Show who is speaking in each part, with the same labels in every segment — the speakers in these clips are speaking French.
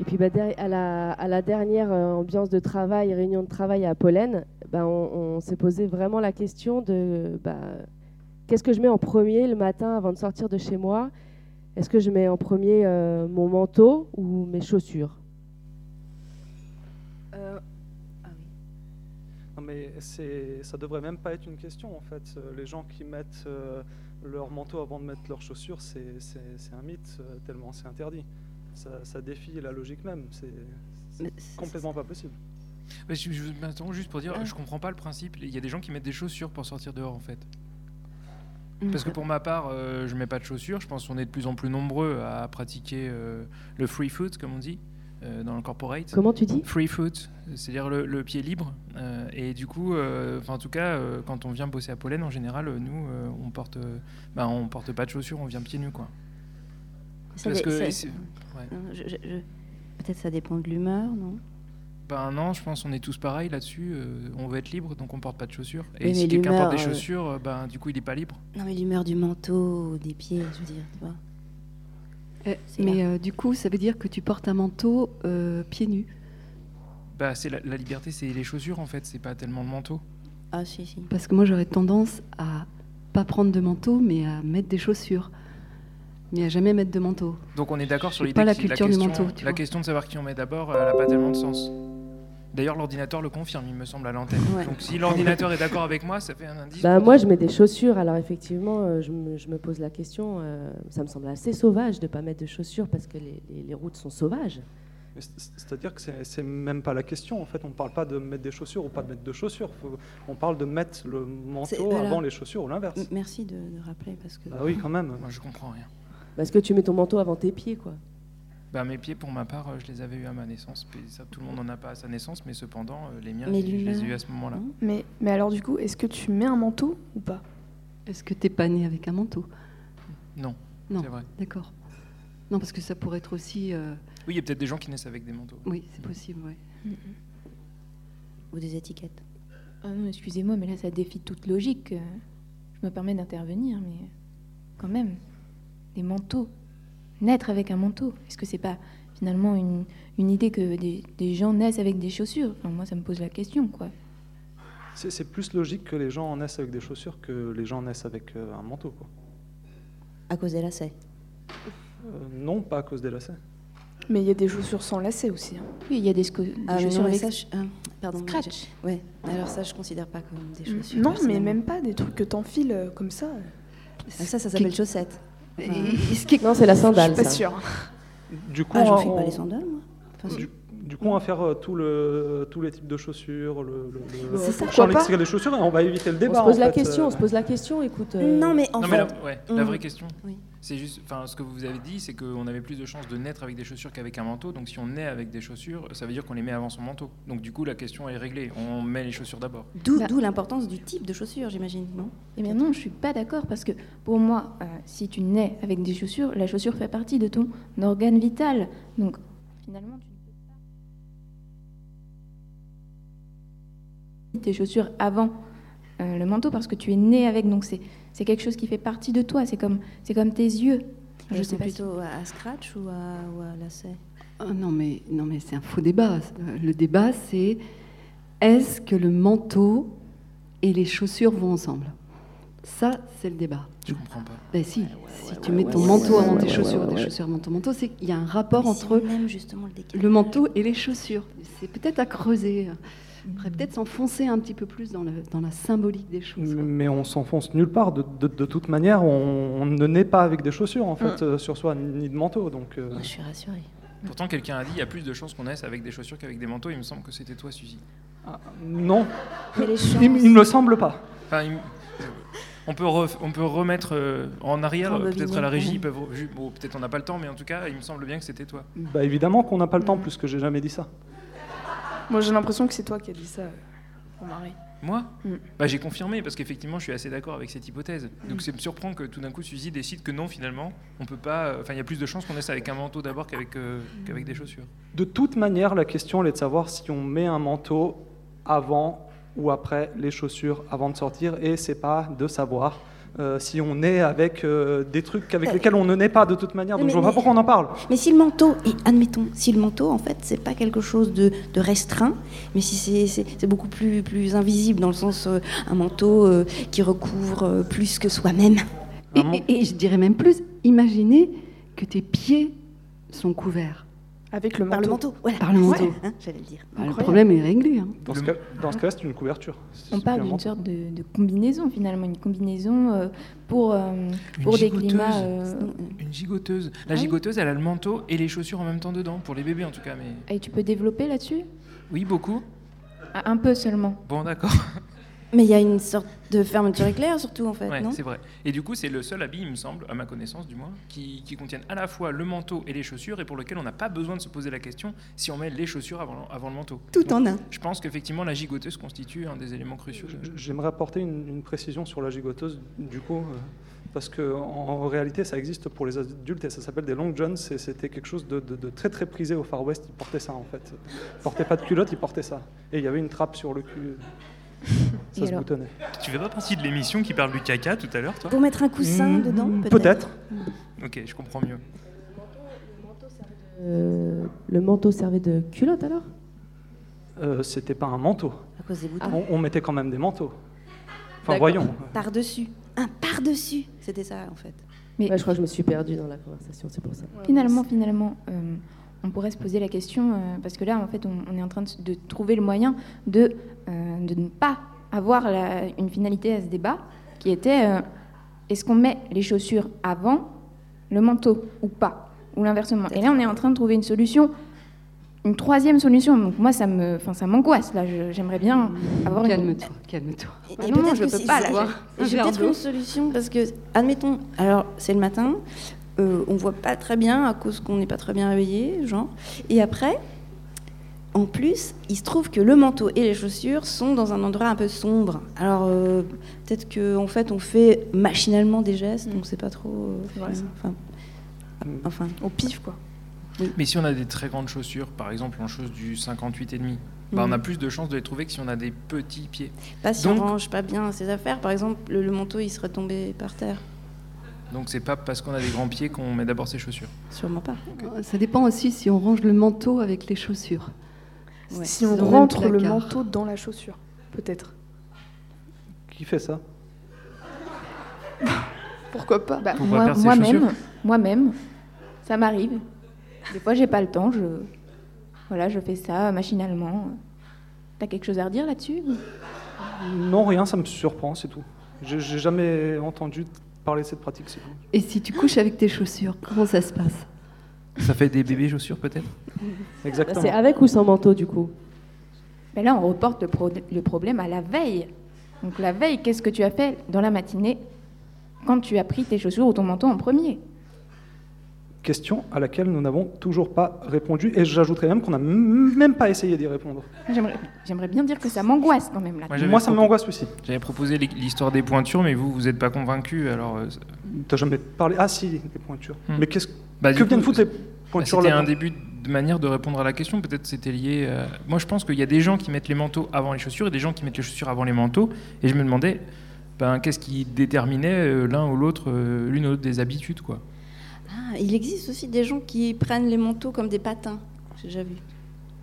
Speaker 1: Et puis bah, derri- à, la, à la dernière euh, ambiance de travail, réunion de travail à Pollen, bah, on, on s'est posé vraiment la question de bah, qu'est-ce que je mets en premier le matin avant de sortir de chez moi Est-ce que je mets en premier euh, mon manteau ou mes chaussures
Speaker 2: Euh, ah oui.
Speaker 3: Non, mais c'est, ça devrait même pas être une question en fait. Euh, Les gens qui mettent euh, leur manteau avant de mettre leurs chaussures, c'est, c'est- c'est un mythe euh, tellement c'est interdit. Ça, ça défie la logique même. C'est, c'est
Speaker 2: Mais c'est-
Speaker 3: complètement pas possible.
Speaker 4: Mais je, je m'interromps juste pour dire,
Speaker 2: Ah.
Speaker 4: je comprends pas le principe. Il y a des gens qui mettent des chaussures pour sortir dehors en fait.
Speaker 2: Mm.
Speaker 4: Parce que pour ma part, euh, je mets pas de chaussures. Je pense qu'on est de plus en plus nombreux à pratiquer euh, le free foot, comme on dit, euh, dans le corporate.
Speaker 1: Comment tu dis
Speaker 4: Free foot, c'est-à-dire le, le pied libre. Euh, et du coup, euh, 'fin, en tout cas, euh, quand on vient bosser à Pollen, en général, euh, nous, euh, on porte, euh, bah, on porte pas de chaussures, on vient pieds nus, quoi.
Speaker 2: Ça
Speaker 4: parce
Speaker 2: dé-
Speaker 4: que
Speaker 2: ça-
Speaker 4: c'est- ouais.
Speaker 2: non, je- je- je- Peut-être ça dépend de l'humeur, non
Speaker 4: Ben non, je pense on est tous pareils là-dessus. euh, on veut être libre, donc on porte pas de chaussures. Et
Speaker 2: Oui, mais
Speaker 4: si quelqu'un porte des
Speaker 2: l'humeur, euh,
Speaker 4: chaussures, euh, ben du coup, il est pas libre.
Speaker 2: Non, mais l'humeur du manteau ou des pieds, je veux dire, tu vois.
Speaker 5: Eh,
Speaker 2: C'est
Speaker 5: Mais euh, du coup, ça veut dire que tu portes un manteau euh, pieds nus.
Speaker 4: Bah, c'est la, la liberté, c'est les chaussures en fait, c'est pas tellement le manteau.
Speaker 2: Ah, si, si.
Speaker 5: Parce que moi, j'aurais tendance à pas prendre de manteau, mais à mettre des chaussures. Mais à jamais mettre de manteau.
Speaker 4: Donc on est d'accord sur
Speaker 5: C'est
Speaker 4: l'idée
Speaker 5: pas
Speaker 4: que
Speaker 5: la
Speaker 4: c'est-
Speaker 5: culture du
Speaker 4: question,
Speaker 5: manteau, tu
Speaker 4: la
Speaker 5: vois.
Speaker 4: question de savoir qui on met d'abord, euh, elle a pas tellement de sens. D'ailleurs, l'ordinateur le confirme, il me semble à l'antenne.
Speaker 2: Ouais.
Speaker 4: Donc si l'ordinateur est d'accord avec moi, ça fait un indice.
Speaker 1: Bah,
Speaker 4: pour-
Speaker 1: moi, je mets des chaussures. Alors, effectivement, euh, je me, je me pose la question. euh, ça me semble assez sauvage de ne pas mettre de chaussures parce que les, les- les routes sont sauvages.
Speaker 3: Mais c'est- C'est-à-dire que c'est, c'est même pas la question en fait. On parle pas de mettre des chaussures ou pas de mettre de chaussures. Faut- on parle de mettre le
Speaker 2: C'est- Mm,
Speaker 3: manteau
Speaker 2: voilà.
Speaker 3: avant les chaussures ou l'inverse.
Speaker 2: M- Merci de, de rappeler parce que.
Speaker 3: Bah oui, quand même.
Speaker 4: Moi, je comprends rien.
Speaker 1: Parce que tu mets ton manteau avant tes pieds, quoi.
Speaker 4: Bah, mes pieds, pour ma part, euh, je les avais eu à ma naissance. Puis ça, tout le monde n'en a pas à sa naissance, mais cependant, euh, les miens,
Speaker 2: Mais
Speaker 4: je les ai
Speaker 2: l'humeur,
Speaker 4: eu à ce moment-là.
Speaker 2: non
Speaker 6: Mais, mais alors du coup, est-ce que tu mets un manteau ou pas
Speaker 5: Est-ce que t'es pas né avec un manteau
Speaker 4: Non,
Speaker 5: Non.
Speaker 4: c'est vrai.
Speaker 5: D'accord. Non, parce que ça pourrait être aussi. euh,
Speaker 4: Oui, il y a peut-être des gens qui naissent avec des manteaux.
Speaker 5: Oui, c'est possible, ouais.
Speaker 2: Ou des étiquettes.
Speaker 7: Ah non, excusez-moi, mais là, ça défie toute logique. euh, Je me permets d'intervenir, mais quand même, des manteaux. Naître avec un manteau, est-ce que c'est pas finalement une, une idée que des, des gens naissent avec des chaussures Enfin, moi, ça me pose la question, quoi.
Speaker 3: C'est, c'est plus logique que les gens en naissent avec des chaussures que les gens naissent avec euh, un manteau. Quoi.
Speaker 2: À cause des lacets.
Speaker 3: Euh, non, pas à cause des lacets.
Speaker 2: Ah,
Speaker 6: Mais il y a des chaussures sans lacets aussi. hein.
Speaker 7: Oui, il y a des, sco- des
Speaker 2: Ah, mais
Speaker 7: chaussures
Speaker 2: non, mais
Speaker 7: avec
Speaker 2: ça, je- ah, pardon. mais
Speaker 7: scratch.
Speaker 2: je- Ouais, alors ça, je considère pas comme des chaussures.
Speaker 6: non, mais
Speaker 2: personnellement.
Speaker 6: même pas des trucs que t'enfiles euh, comme ça.
Speaker 2: Ah, ça, ça s'appelle chaussettes.
Speaker 5: Et-
Speaker 2: Enfin,
Speaker 5: et ce qui est-
Speaker 1: Non, c'est la
Speaker 6: Je
Speaker 1: sandale.
Speaker 6: suis pas hein.
Speaker 1: ça.
Speaker 6: sûre.
Speaker 3: Du coup,
Speaker 2: Ah, j'en
Speaker 3: on-
Speaker 2: fais pas
Speaker 3: on-
Speaker 2: les sandales, moi.
Speaker 1: Ah,
Speaker 2: Enfin, si.
Speaker 3: Du, du coup, on va faire euh, tout le, tous les types de chaussures, le, le, le-
Speaker 6: C'est ça.
Speaker 3: Jean-Luc
Speaker 6: Pourquoi pas
Speaker 3: Siré des chaussures, et on va éviter le
Speaker 1: On
Speaker 3: débat.
Speaker 1: se pose
Speaker 3: en
Speaker 1: la
Speaker 3: fait,
Speaker 1: question,
Speaker 3: euh.
Speaker 1: on se pose la question, écoute. euh,
Speaker 2: Non, mais en
Speaker 4: non,
Speaker 2: fait.
Speaker 4: mais la, ouais, la
Speaker 2: on-
Speaker 4: vraie question,
Speaker 2: Oui.
Speaker 4: c'est juste, enfin, ce que vous avez dit, c'est qu'on avait plus de chances de naître avec des chaussures qu'avec un manteau. Donc, si on naît avec des chaussures, ça veut dire qu'on les met avant son manteau. Donc, du coup, la question est réglée. On met les chaussures d'abord.
Speaker 2: D'où
Speaker 7: Bah-
Speaker 2: d'où l'importance du type de chaussures, j'imagine, non
Speaker 7: Eh bien non, je suis pas d'accord parce que pour moi, euh, si tu nais avec des chaussures, la chaussure fait partie de ton organe vital. Donc finalement, tu ne peux pas tes chaussures avant euh, le manteau parce que tu es né avec. Donc c'est c'est quelque chose qui fait partie de toi. C'est comme c'est comme tes yeux. Euh,
Speaker 2: Je sais
Speaker 7: pas si-
Speaker 2: plutôt à à scratch ou à, ou à lacets.
Speaker 5: Ah non, mais, non, mais c'est un faux débat. Euh, Le débat, c'est est-ce que le manteau et les chaussures vont ensemble Ça, c'est le débat.
Speaker 4: Je comprends pas.
Speaker 5: Ben si, si tu
Speaker 1: ouais,
Speaker 5: mets
Speaker 1: ouais,
Speaker 5: ton
Speaker 1: ouais,
Speaker 5: manteau
Speaker 1: ouais,
Speaker 5: avant
Speaker 1: ouais,
Speaker 5: tes
Speaker 1: ouais,
Speaker 5: chaussures,
Speaker 1: ouais,
Speaker 5: des
Speaker 1: ouais.
Speaker 5: chaussures avant ton manteau, c'est qu'il y a un rapport
Speaker 2: Mais si
Speaker 5: entre
Speaker 2: on aime justement le décalage.
Speaker 5: le manteau et les chaussures. C'est peut-être à creuser. Après, peut-être s'enfoncer un petit peu plus dans, le- dans la symbolique des choses. quoi.
Speaker 3: Mm, Mais on s'enfonce nulle part. De, de- de toute manière, on, on ne naît pas avec des chaussures en
Speaker 1: Mm.
Speaker 3: fait euh, sur soi, ni de manteau. Donc, euh,
Speaker 2: Moi, je suis rassurée.
Speaker 4: Pourtant, quelqu'un a dit il y a plus de chances qu'on naisse avec des chaussures qu'avec des manteaux. Il me semble que c'était toi, Suzy.
Speaker 3: ah, non,
Speaker 2: Mais les chances.
Speaker 3: il, m- il me semble pas.
Speaker 4: Enfin, il- on peut, ref- on peut remettre euh, en arrière,
Speaker 2: Rembobiner,
Speaker 4: peut-être à la régie,
Speaker 2: ouais.
Speaker 4: ils peuvent re- ju- bon, peut-être on n'a pas le temps, mais en tout cas, il me semble bien que c'était toi.
Speaker 3: Bah évidemment qu'on n'a pas
Speaker 1: Mm.
Speaker 3: le temps, puisque j'ai jamais dit ça.
Speaker 6: Moi, j'ai l'impression que c'est toi qui as dit ça, euh, mon mari.
Speaker 4: Moi
Speaker 6: Mm.
Speaker 4: bah, J'ai confirmé, parce qu'effectivement, je suis assez d'accord avec cette hypothèse. Donc, c'est me surprend que tout d'un coup, Suzy décide que non, finalement, on peut pas. euh, Enfin, il y a plus de chances qu'on naisse avec un manteau d'abord qu'avec euh, qu'avec des chaussures.
Speaker 3: De toute manière, la question elle est de savoir si on met un manteau avant ou après les chaussures avant de sortir, et c'est pas de savoir euh, si on est avec euh, des trucs avec
Speaker 2: Euh,
Speaker 3: lesquels on ne naît pas de toute manière. Donc
Speaker 2: mais-
Speaker 3: je vois pas
Speaker 2: mais-
Speaker 3: pourquoi on en parle.
Speaker 2: Mais si le manteau, et admettons, si le manteau, en fait, c'est pas quelque chose de, de restreint, mais si c'est- c'est c'est beaucoup plus, plus invisible, dans le sens euh, un manteau euh, qui recouvre euh, plus que soi-même.
Speaker 5: Et,
Speaker 3: Vraiment.
Speaker 5: et- et je dirais même plus, imaginez que tes pieds sont couverts
Speaker 6: Avec le
Speaker 2: Par le
Speaker 6: manteau.
Speaker 2: manteau, voilà.
Speaker 5: par le manteau.
Speaker 2: Hein, J'allais le dire.
Speaker 5: Bah, le
Speaker 6: Incroyable.
Speaker 5: problème est réglé. hein.
Speaker 3: Dans ce
Speaker 4: Le-
Speaker 3: cas, dans ce cas c'est une couverture. C'est
Speaker 7: On parle
Speaker 3: plus un
Speaker 7: d'une
Speaker 3: manteau.
Speaker 7: sorte de, de combinaison finalement, une combinaison euh, pour, euh, pour des
Speaker 4: gigoteuse.
Speaker 7: climats. euh,
Speaker 4: Une gigoteuse. La
Speaker 7: Ah oui.
Speaker 4: gigoteuse, elle a le manteau et les chaussures en même temps dedans, pour les bébés en tout cas. Mais
Speaker 7: Et tu peux développer là-dessus
Speaker 4: oui, beaucoup.
Speaker 7: Ah, Un peu seulement.
Speaker 4: Bon, d'accord.
Speaker 2: Mais il y a une sorte de fermeture éclair, surtout, en fait,
Speaker 4: Ouais,
Speaker 2: non
Speaker 4: c'est vrai. Et du coup, c'est le seul habit, il me semble, à ma connaissance du moins, qui, qui contiennent à la fois le manteau et les chaussures et pour lequel on n'a pas besoin de se poser la question si on met les chaussures avant, avant le manteau.
Speaker 2: Tout en un.
Speaker 4: Je pense qu'effectivement, la gigoteuse constitue un des éléments cruciaux.
Speaker 3: J-
Speaker 4: de-
Speaker 3: J'aimerais apporter une, une précision sur la gigoteuse, du coup, euh, parce que en, en réalité, ça existe pour les adultes et ça s'appelle des long johns. et C'était quelque chose de, de- de très très prisé au Far West. Ils portaient ça en fait. Ils portaient pas de culotte, ils portaient ça. Et il y avait une trappe sur le cul. Ça
Speaker 7: Et
Speaker 3: se
Speaker 7: alors
Speaker 3: boutonnait.
Speaker 8: Tu fais pas partie de l'émission qui parle du caca tout à l'heure, toi
Speaker 2: Pour mettre un coussin
Speaker 3: Mmh,
Speaker 2: dedans, Hmm, peut-être
Speaker 3: peut-être.
Speaker 4: Ok, je comprends mieux.
Speaker 1: Euh, le manteau servait de culotte alors
Speaker 3: Euh, C'était pas un manteau.
Speaker 2: À cause des boutons.
Speaker 3: On, on mettait quand même des manteaux. Enfin,
Speaker 1: D'accord.
Speaker 3: voyons. euh,
Speaker 2: Par-dessus. Un par-dessus. C'était ça, en fait.
Speaker 7: Mais
Speaker 1: Ouais, Je crois que je me suis perdue dans la conversation, c'est pour ça.
Speaker 7: Finalement, finalement, euh, on pourrait se poser la question, euh, parce que là, en fait, on, on est en train de, de trouver le moyen de, euh, de ne pas avoir la- une finalité à ce débat, qui était euh, est-ce qu'on met les chaussures avant le manteau ou pas, ou l'inversement. Et là, on est en train de trouver une solution, une troisième solution. Donc moi, ça me, enfin, ça m'angoisse. Là, Je- j'aimerais bien avoir une.
Speaker 5: Calme-toi, calme-toi.
Speaker 2: Et, et
Speaker 7: Ah non,
Speaker 2: peut-être
Speaker 7: je
Speaker 2: que
Speaker 7: peux
Speaker 2: c'est-
Speaker 7: pas,
Speaker 2: c'est-
Speaker 7: là.
Speaker 5: Un
Speaker 2: J'ai
Speaker 5: verre
Speaker 2: peut-être
Speaker 5: d'eau.
Speaker 2: une solution parce que, admettons, alors c'est le matin, euh, on voit pas très bien à cause qu'on n'est pas très bien réveillé, genre. Et après, en plus, il se trouve que le manteau et les chaussures sont dans un endroit un peu sombre. Alors euh, peut-être que en fait, on fait machinalement des gestes,
Speaker 7: Mm.
Speaker 2: on sait pas trop. euh,
Speaker 6: C'est vrai, ça.
Speaker 2: enfin, enfin,
Speaker 6: Au pif, quoi.
Speaker 4: Mais si on a des très grandes chaussures, par exemple en chose du 58,5, bah, on a plus de chances de les trouver que si on a des petits pieds.
Speaker 2: pas si
Speaker 4: Donc-
Speaker 2: on range pas bien ses affaires. Par exemple, le, le manteau, il serait tombé par terre,
Speaker 4: Donc c'est pas parce qu'on a des grands pieds qu'on met d'abord ses chaussures.
Speaker 2: sûrement pas.
Speaker 5: Ça dépend aussi si on range le manteau avec les chaussures.
Speaker 2: Ouais.
Speaker 6: Si
Speaker 5: Dans
Speaker 6: on
Speaker 5: le même
Speaker 6: rentre le
Speaker 5: placard.
Speaker 6: manteau dans la chaussure, peut-être.
Speaker 3: Qui fait ça
Speaker 6: Pourquoi pas
Speaker 7: Bah,
Speaker 4: Pour pas
Speaker 7: moi-
Speaker 4: perdre ses
Speaker 7: Moi-même,
Speaker 4: chaussures.
Speaker 7: moi-même, ça m'arrive. Des fois, j'ai pas le temps. Je, voilà, je fais ça machinalement. T'as quelque chose à redire là-dessus
Speaker 3: Non, rien, ça me surprend, c'est tout. J'ai j'ai jamais entendu parler de cette pratique, c'est tout.
Speaker 5: Et si tu couches avec tes chaussures, comment ça se passe
Speaker 4: Ça fait des bébés chaussures peut-être
Speaker 1: Bah, C'est
Speaker 3: Exactement.
Speaker 1: avec ou sans manteau du coup
Speaker 7: Mais Ben là, on reporte le, pro- le problème à la veille. Donc la veille, qu'est-ce que tu as fait dans la matinée quand tu as pris tes chaussures ou ton manteau en premier
Speaker 3: Question à laquelle nous n'avons toujours pas répondu, et j'ajouterais même qu'on n'a m- même pas essayé d'y répondre.
Speaker 7: J'aimerais j'aimerais bien dire que ça m'angoisse quand même là.
Speaker 4: Moi, j'avais
Speaker 3: Moi, ça
Speaker 4: propo-
Speaker 3: m'angoisse aussi.
Speaker 4: J'avais proposé l'hi- l'histoire des pointures, mais vous, vous n'êtes pas convaincu. Alors, euh,
Speaker 3: T'as jamais parlé Ah si, les pointures.
Speaker 4: Hmm.
Speaker 3: Mais qu'est-ce
Speaker 4: bah, du
Speaker 3: que viennent
Speaker 4: coup,
Speaker 3: foutre les
Speaker 4: bah,
Speaker 3: pointures
Speaker 4: C'était
Speaker 3: là
Speaker 4: un début de manière de répondre à la question. Peut-être c'était lié. euh, Moi, je pense qu'il y a des gens qui mettent les manteaux avant les chaussures et des gens qui mettent les chaussures avant les manteaux. Et je me demandais, ben, qu'est-ce qui déterminait euh, l'un ou l'autre, euh, l'une ou l'autre des habitudes, quoi.
Speaker 2: Ah, il existe aussi des gens qui prennent les manteaux comme des patins. J'ai déjà vu.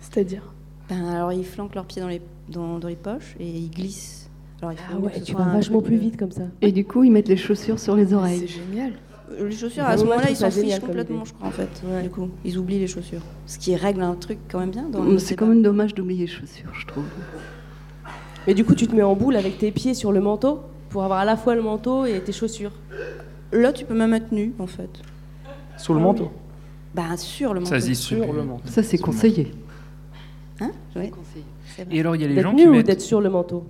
Speaker 6: C'est-à-dire
Speaker 2: Ben, alors ils flanquent leurs pieds dans les, dans, dans les poches et ils glissent. Alors, il faut
Speaker 1: Ah
Speaker 2: mieux que
Speaker 1: ouais,
Speaker 2: ce
Speaker 1: tu
Speaker 2: soit
Speaker 1: vas
Speaker 2: un
Speaker 1: vachement
Speaker 2: truc,
Speaker 1: plus
Speaker 2: euh,
Speaker 1: vite comme ça.
Speaker 5: Et du coup, ils mettent les chaussures sur les
Speaker 6: C'est
Speaker 5: oreilles.
Speaker 6: génial.
Speaker 2: euh, Les chaussures,
Speaker 1: Ouais,
Speaker 2: à ce
Speaker 1: moi, je
Speaker 2: moment-là, ils
Speaker 1: trouve ça
Speaker 2: s'en fichent
Speaker 1: génial comme
Speaker 2: complètement,
Speaker 1: idée.
Speaker 2: je crois, en fait.
Speaker 1: Ouais.
Speaker 2: Du coup, ils oublient les chaussures. Ce qui règle un truc quand même bien. dans le
Speaker 5: Hum, C'est
Speaker 2: débat.
Speaker 5: quand même dommage d'oublier les chaussures, je trouve.
Speaker 1: Mais du coup, tu te mets en boule avec tes pieds sur le manteau pour avoir à la fois le manteau et tes chaussures.
Speaker 2: Là, tu peux même être nu, en fait.
Speaker 3: Sous le manteau.
Speaker 4: Ah
Speaker 2: Ben, sur le manteau.
Speaker 4: Ça se distribue.
Speaker 3: Sur le manteau.
Speaker 5: Ça, c'est
Speaker 4: Sur le manteau.
Speaker 5: conseillé.
Speaker 2: Hein Ouais, c'est vrai.
Speaker 4: Et alors, il y a les
Speaker 1: D'être
Speaker 4: gens qui
Speaker 1: nu ou
Speaker 4: mettent.
Speaker 1: d'être sur le manteau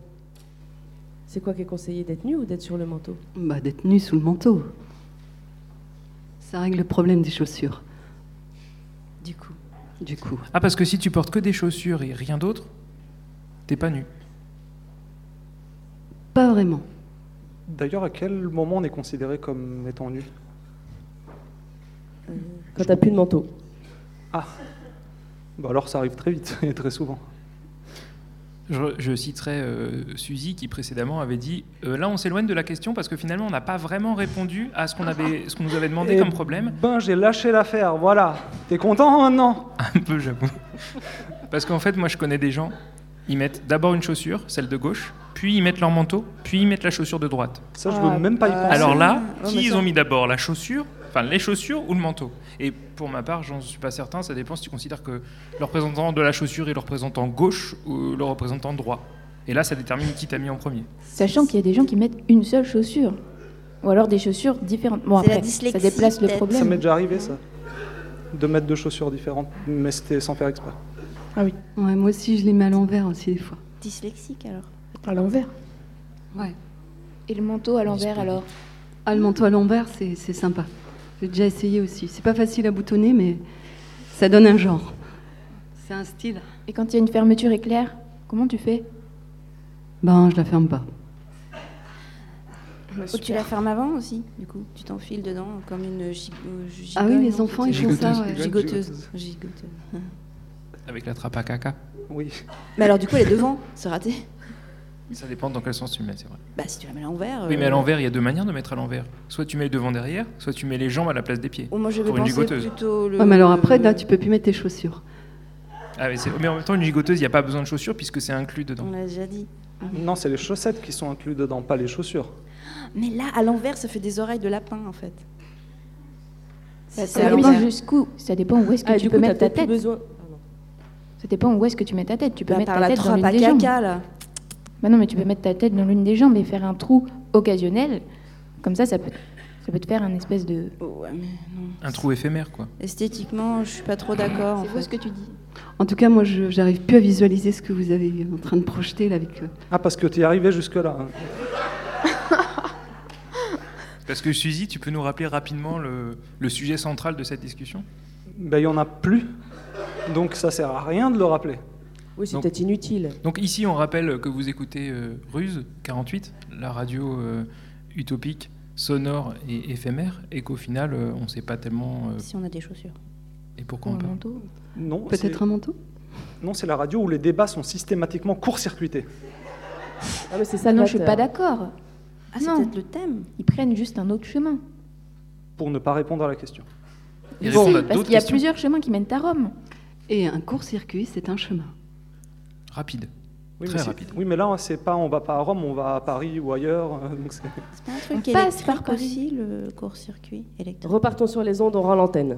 Speaker 1: C'est quoi qui est conseillé D'être nu ou d'être sur le manteau
Speaker 5: Bah, d'être nu sous le manteau. Ça règle le problème des chaussures,
Speaker 2: Du coup.
Speaker 5: du coup.
Speaker 4: Ah, parce que si tu portes que des chaussures et rien d'autre, t'es pas nu.
Speaker 5: Pas vraiment.
Speaker 3: D'ailleurs, à quel moment on est considéré comme étant nu
Speaker 1: Quand t'as plus de manteau.
Speaker 3: Ah. Bah alors, ça arrive très vite et très souvent.
Speaker 4: Je, je citerai euh, Suzy qui précédemment avait dit euh, là on s'éloigne de la question parce que finalement on n'a pas vraiment répondu à ce qu'on avait, ce qu'on nous avait demandé
Speaker 3: Eh
Speaker 4: comme problème.
Speaker 3: Ben, j'ai lâché l'affaire, voilà. T'es content hein, maintenant
Speaker 4: Un peu j'avoue. Parce qu'en fait moi je connais des gens, ils mettent d'abord une chaussure, celle de gauche, puis ils mettent leur manteau, puis ils mettent la chaussure de droite.
Speaker 3: Ça, je
Speaker 6: Ah,
Speaker 3: veux même pas y
Speaker 6: bah,
Speaker 3: penser.
Speaker 4: Alors là,
Speaker 6: Ouais,
Speaker 4: qui
Speaker 6: mais
Speaker 4: ils
Speaker 6: ça-
Speaker 4: ont mis d'abord La chaussure Enfin, les chaussures ou le manteau Et pour ma part, j'en suis pas certain, ça dépend si tu considères que le représentant de la chaussure est le représentant gauche ou le représentant droit. Et là, ça détermine qui t'a mis en premier.
Speaker 7: Sachant qu'il y a des gens qui mettent une seule chaussure. Ou alors des chaussures différentes. Bon,
Speaker 2: C'est la
Speaker 7: après, ça
Speaker 2: dyslexie,
Speaker 7: déplace le
Speaker 2: peut-être.
Speaker 3: ça m'est
Speaker 7: problème.
Speaker 3: déjà arrivé, ça. De mettre deux chaussures différentes, mais c'était sans faire exprès.
Speaker 5: Ouais, moi aussi, je les mets à l'envers aussi des fois.
Speaker 2: Dyslexique alors.
Speaker 6: À l'envers.
Speaker 5: Ouais.
Speaker 7: Et le manteau à l'envers,
Speaker 4: Disponible.
Speaker 7: alors
Speaker 5: Ah, le manteau à l'envers, c'est c'est sympa. J'ai déjà essayé aussi. C'est pas facile à boutonner, mais ça donne un genre. C'est un style.
Speaker 7: Et quand il y a une fermeture éclair, comment tu fais
Speaker 5: Ben, je la ferme pas.
Speaker 6: Bah,
Speaker 2: Oh, tu
Speaker 6: super.
Speaker 2: la fermes avant aussi, du coup. Tu t'enfiles dedans comme une gig- euh, gigogne,
Speaker 5: Ah oui, les
Speaker 2: non,
Speaker 5: enfants,
Speaker 2: c'est-
Speaker 5: ils font ça. ouais.
Speaker 4: Gigoteuse.
Speaker 2: Gigoteuse. Gigoteuse.
Speaker 4: Avec la trappe à caca.
Speaker 3: Oui.
Speaker 2: Mais alors, du coup, elle est devant, c'est raté.
Speaker 4: Ça dépend dans quel sens tu le mets, c'est vrai.
Speaker 2: Bah, si tu la mets à l'envers.
Speaker 4: Oui,
Speaker 2: euh,
Speaker 4: mais à l'envers, il y a deux manières de mettre à l'envers. Soit tu mets devant derrière, soit tu mets les jambes à la place des pieds.
Speaker 2: oh, moi, je vais
Speaker 4: Pour une
Speaker 2: penser
Speaker 4: gigoteuse.
Speaker 2: plutôt le.
Speaker 5: Ouais, mais alors après, là, tu peux plus mettre tes chaussures.
Speaker 4: Ah, mais, c'est- mais en même temps, une gigoteuse, il n'y a pas besoin de chaussures puisque c'est inclus dedans.
Speaker 2: On l'a déjà dit.
Speaker 3: Non, c'est les chaussettes qui sont incluses dedans, pas les chaussures.
Speaker 2: Mais là, à l'envers, ça fait des oreilles de lapin, en fait.
Speaker 7: Ça,
Speaker 2: c'est à
Speaker 7: dépend
Speaker 2: l'envers.
Speaker 7: jusqu'où. Ça dépend où est-ce que
Speaker 1: Ah,
Speaker 7: tu
Speaker 1: du
Speaker 7: peux
Speaker 1: coup, t'as
Speaker 7: mettre ta
Speaker 1: peut-être plus
Speaker 7: tête.
Speaker 1: besoin. Ah Pardon.
Speaker 7: Ça dépend où est-ce que tu mets ta tête. Tu peux
Speaker 2: Bah,
Speaker 7: mettre
Speaker 2: par
Speaker 7: ta
Speaker 2: la
Speaker 7: tête dans
Speaker 2: trappe
Speaker 7: l'une
Speaker 2: à
Speaker 7: des jambes.
Speaker 2: caca, là.
Speaker 7: Bah non, mais tu peux mettre ta tête dans l'une des jambes et faire un trou occasionnel. Comme ça, ça peut, ça peut te faire un espèce de.
Speaker 2: Oh, ouais, mais
Speaker 4: Un trou éphémère, quoi.
Speaker 2: esthétiquement, je suis pas trop d'accord, en
Speaker 7: C'est beau
Speaker 2: fait.
Speaker 7: ce que tu dis.
Speaker 5: En tout cas, moi, je j'arrive plus à visualiser ce que vous avez en train de projeter là avec. euh,
Speaker 3: Ah, parce que t'es arrivé jusque-là. hein.
Speaker 4: Parce que Suzy, tu peux nous rappeler rapidement le, le sujet central de cette discussion
Speaker 3: Ben, il y en a plus. Donc, ça sert à rien de le rappeler.
Speaker 1: Oui, c'est
Speaker 4: Donc-
Speaker 1: peut-être inutile.
Speaker 4: Donc ici, on rappelle que vous écoutez euh, Ruse 48, la radio euh, utopique, sonore et éphémère, et qu'au final, euh, on ne sait pas tellement euh,
Speaker 2: Si on a des chaussures.
Speaker 4: et pourquoi
Speaker 7: Pour
Speaker 4: on
Speaker 7: le
Speaker 4: parle.
Speaker 7: manteau.
Speaker 3: Non, c'est-
Speaker 5: Peut-être un manteau
Speaker 3: non, c'est la radio où les débats sont systématiquement court-circuités.
Speaker 1: Ah, mais c'est
Speaker 7: Ah non, je suis
Speaker 1: salvateur.
Speaker 2: euh,
Speaker 7: pas d'accord.
Speaker 2: Ah, c'est
Speaker 7: Non.
Speaker 2: peut-être le thème.
Speaker 7: Ils prennent juste un autre chemin.
Speaker 3: Pour ne pas répondre à la question.
Speaker 4: Et
Speaker 7: Si,
Speaker 4: répondre à
Speaker 7: parce
Speaker 4: d'autres
Speaker 7: qu'il y a
Speaker 4: questions
Speaker 7: plusieurs chemins qui mènent à Rome.
Speaker 5: Et un court-circuit, c'est un chemin.
Speaker 4: rapides.
Speaker 3: Oui,
Speaker 4: Très
Speaker 3: mais c'est-
Speaker 4: rapide.
Speaker 3: Oui, mais là, c'est pas on va pas à Rome, on va à Paris ou ailleurs. euh, donc c'est-
Speaker 2: C'est pas un
Speaker 7: On
Speaker 2: truc
Speaker 7: passe
Speaker 2: électrique
Speaker 7: par Paris.
Speaker 2: aussi, le court-circuit électrique.
Speaker 1: Repartons sur les ondes, on rend l'antenne.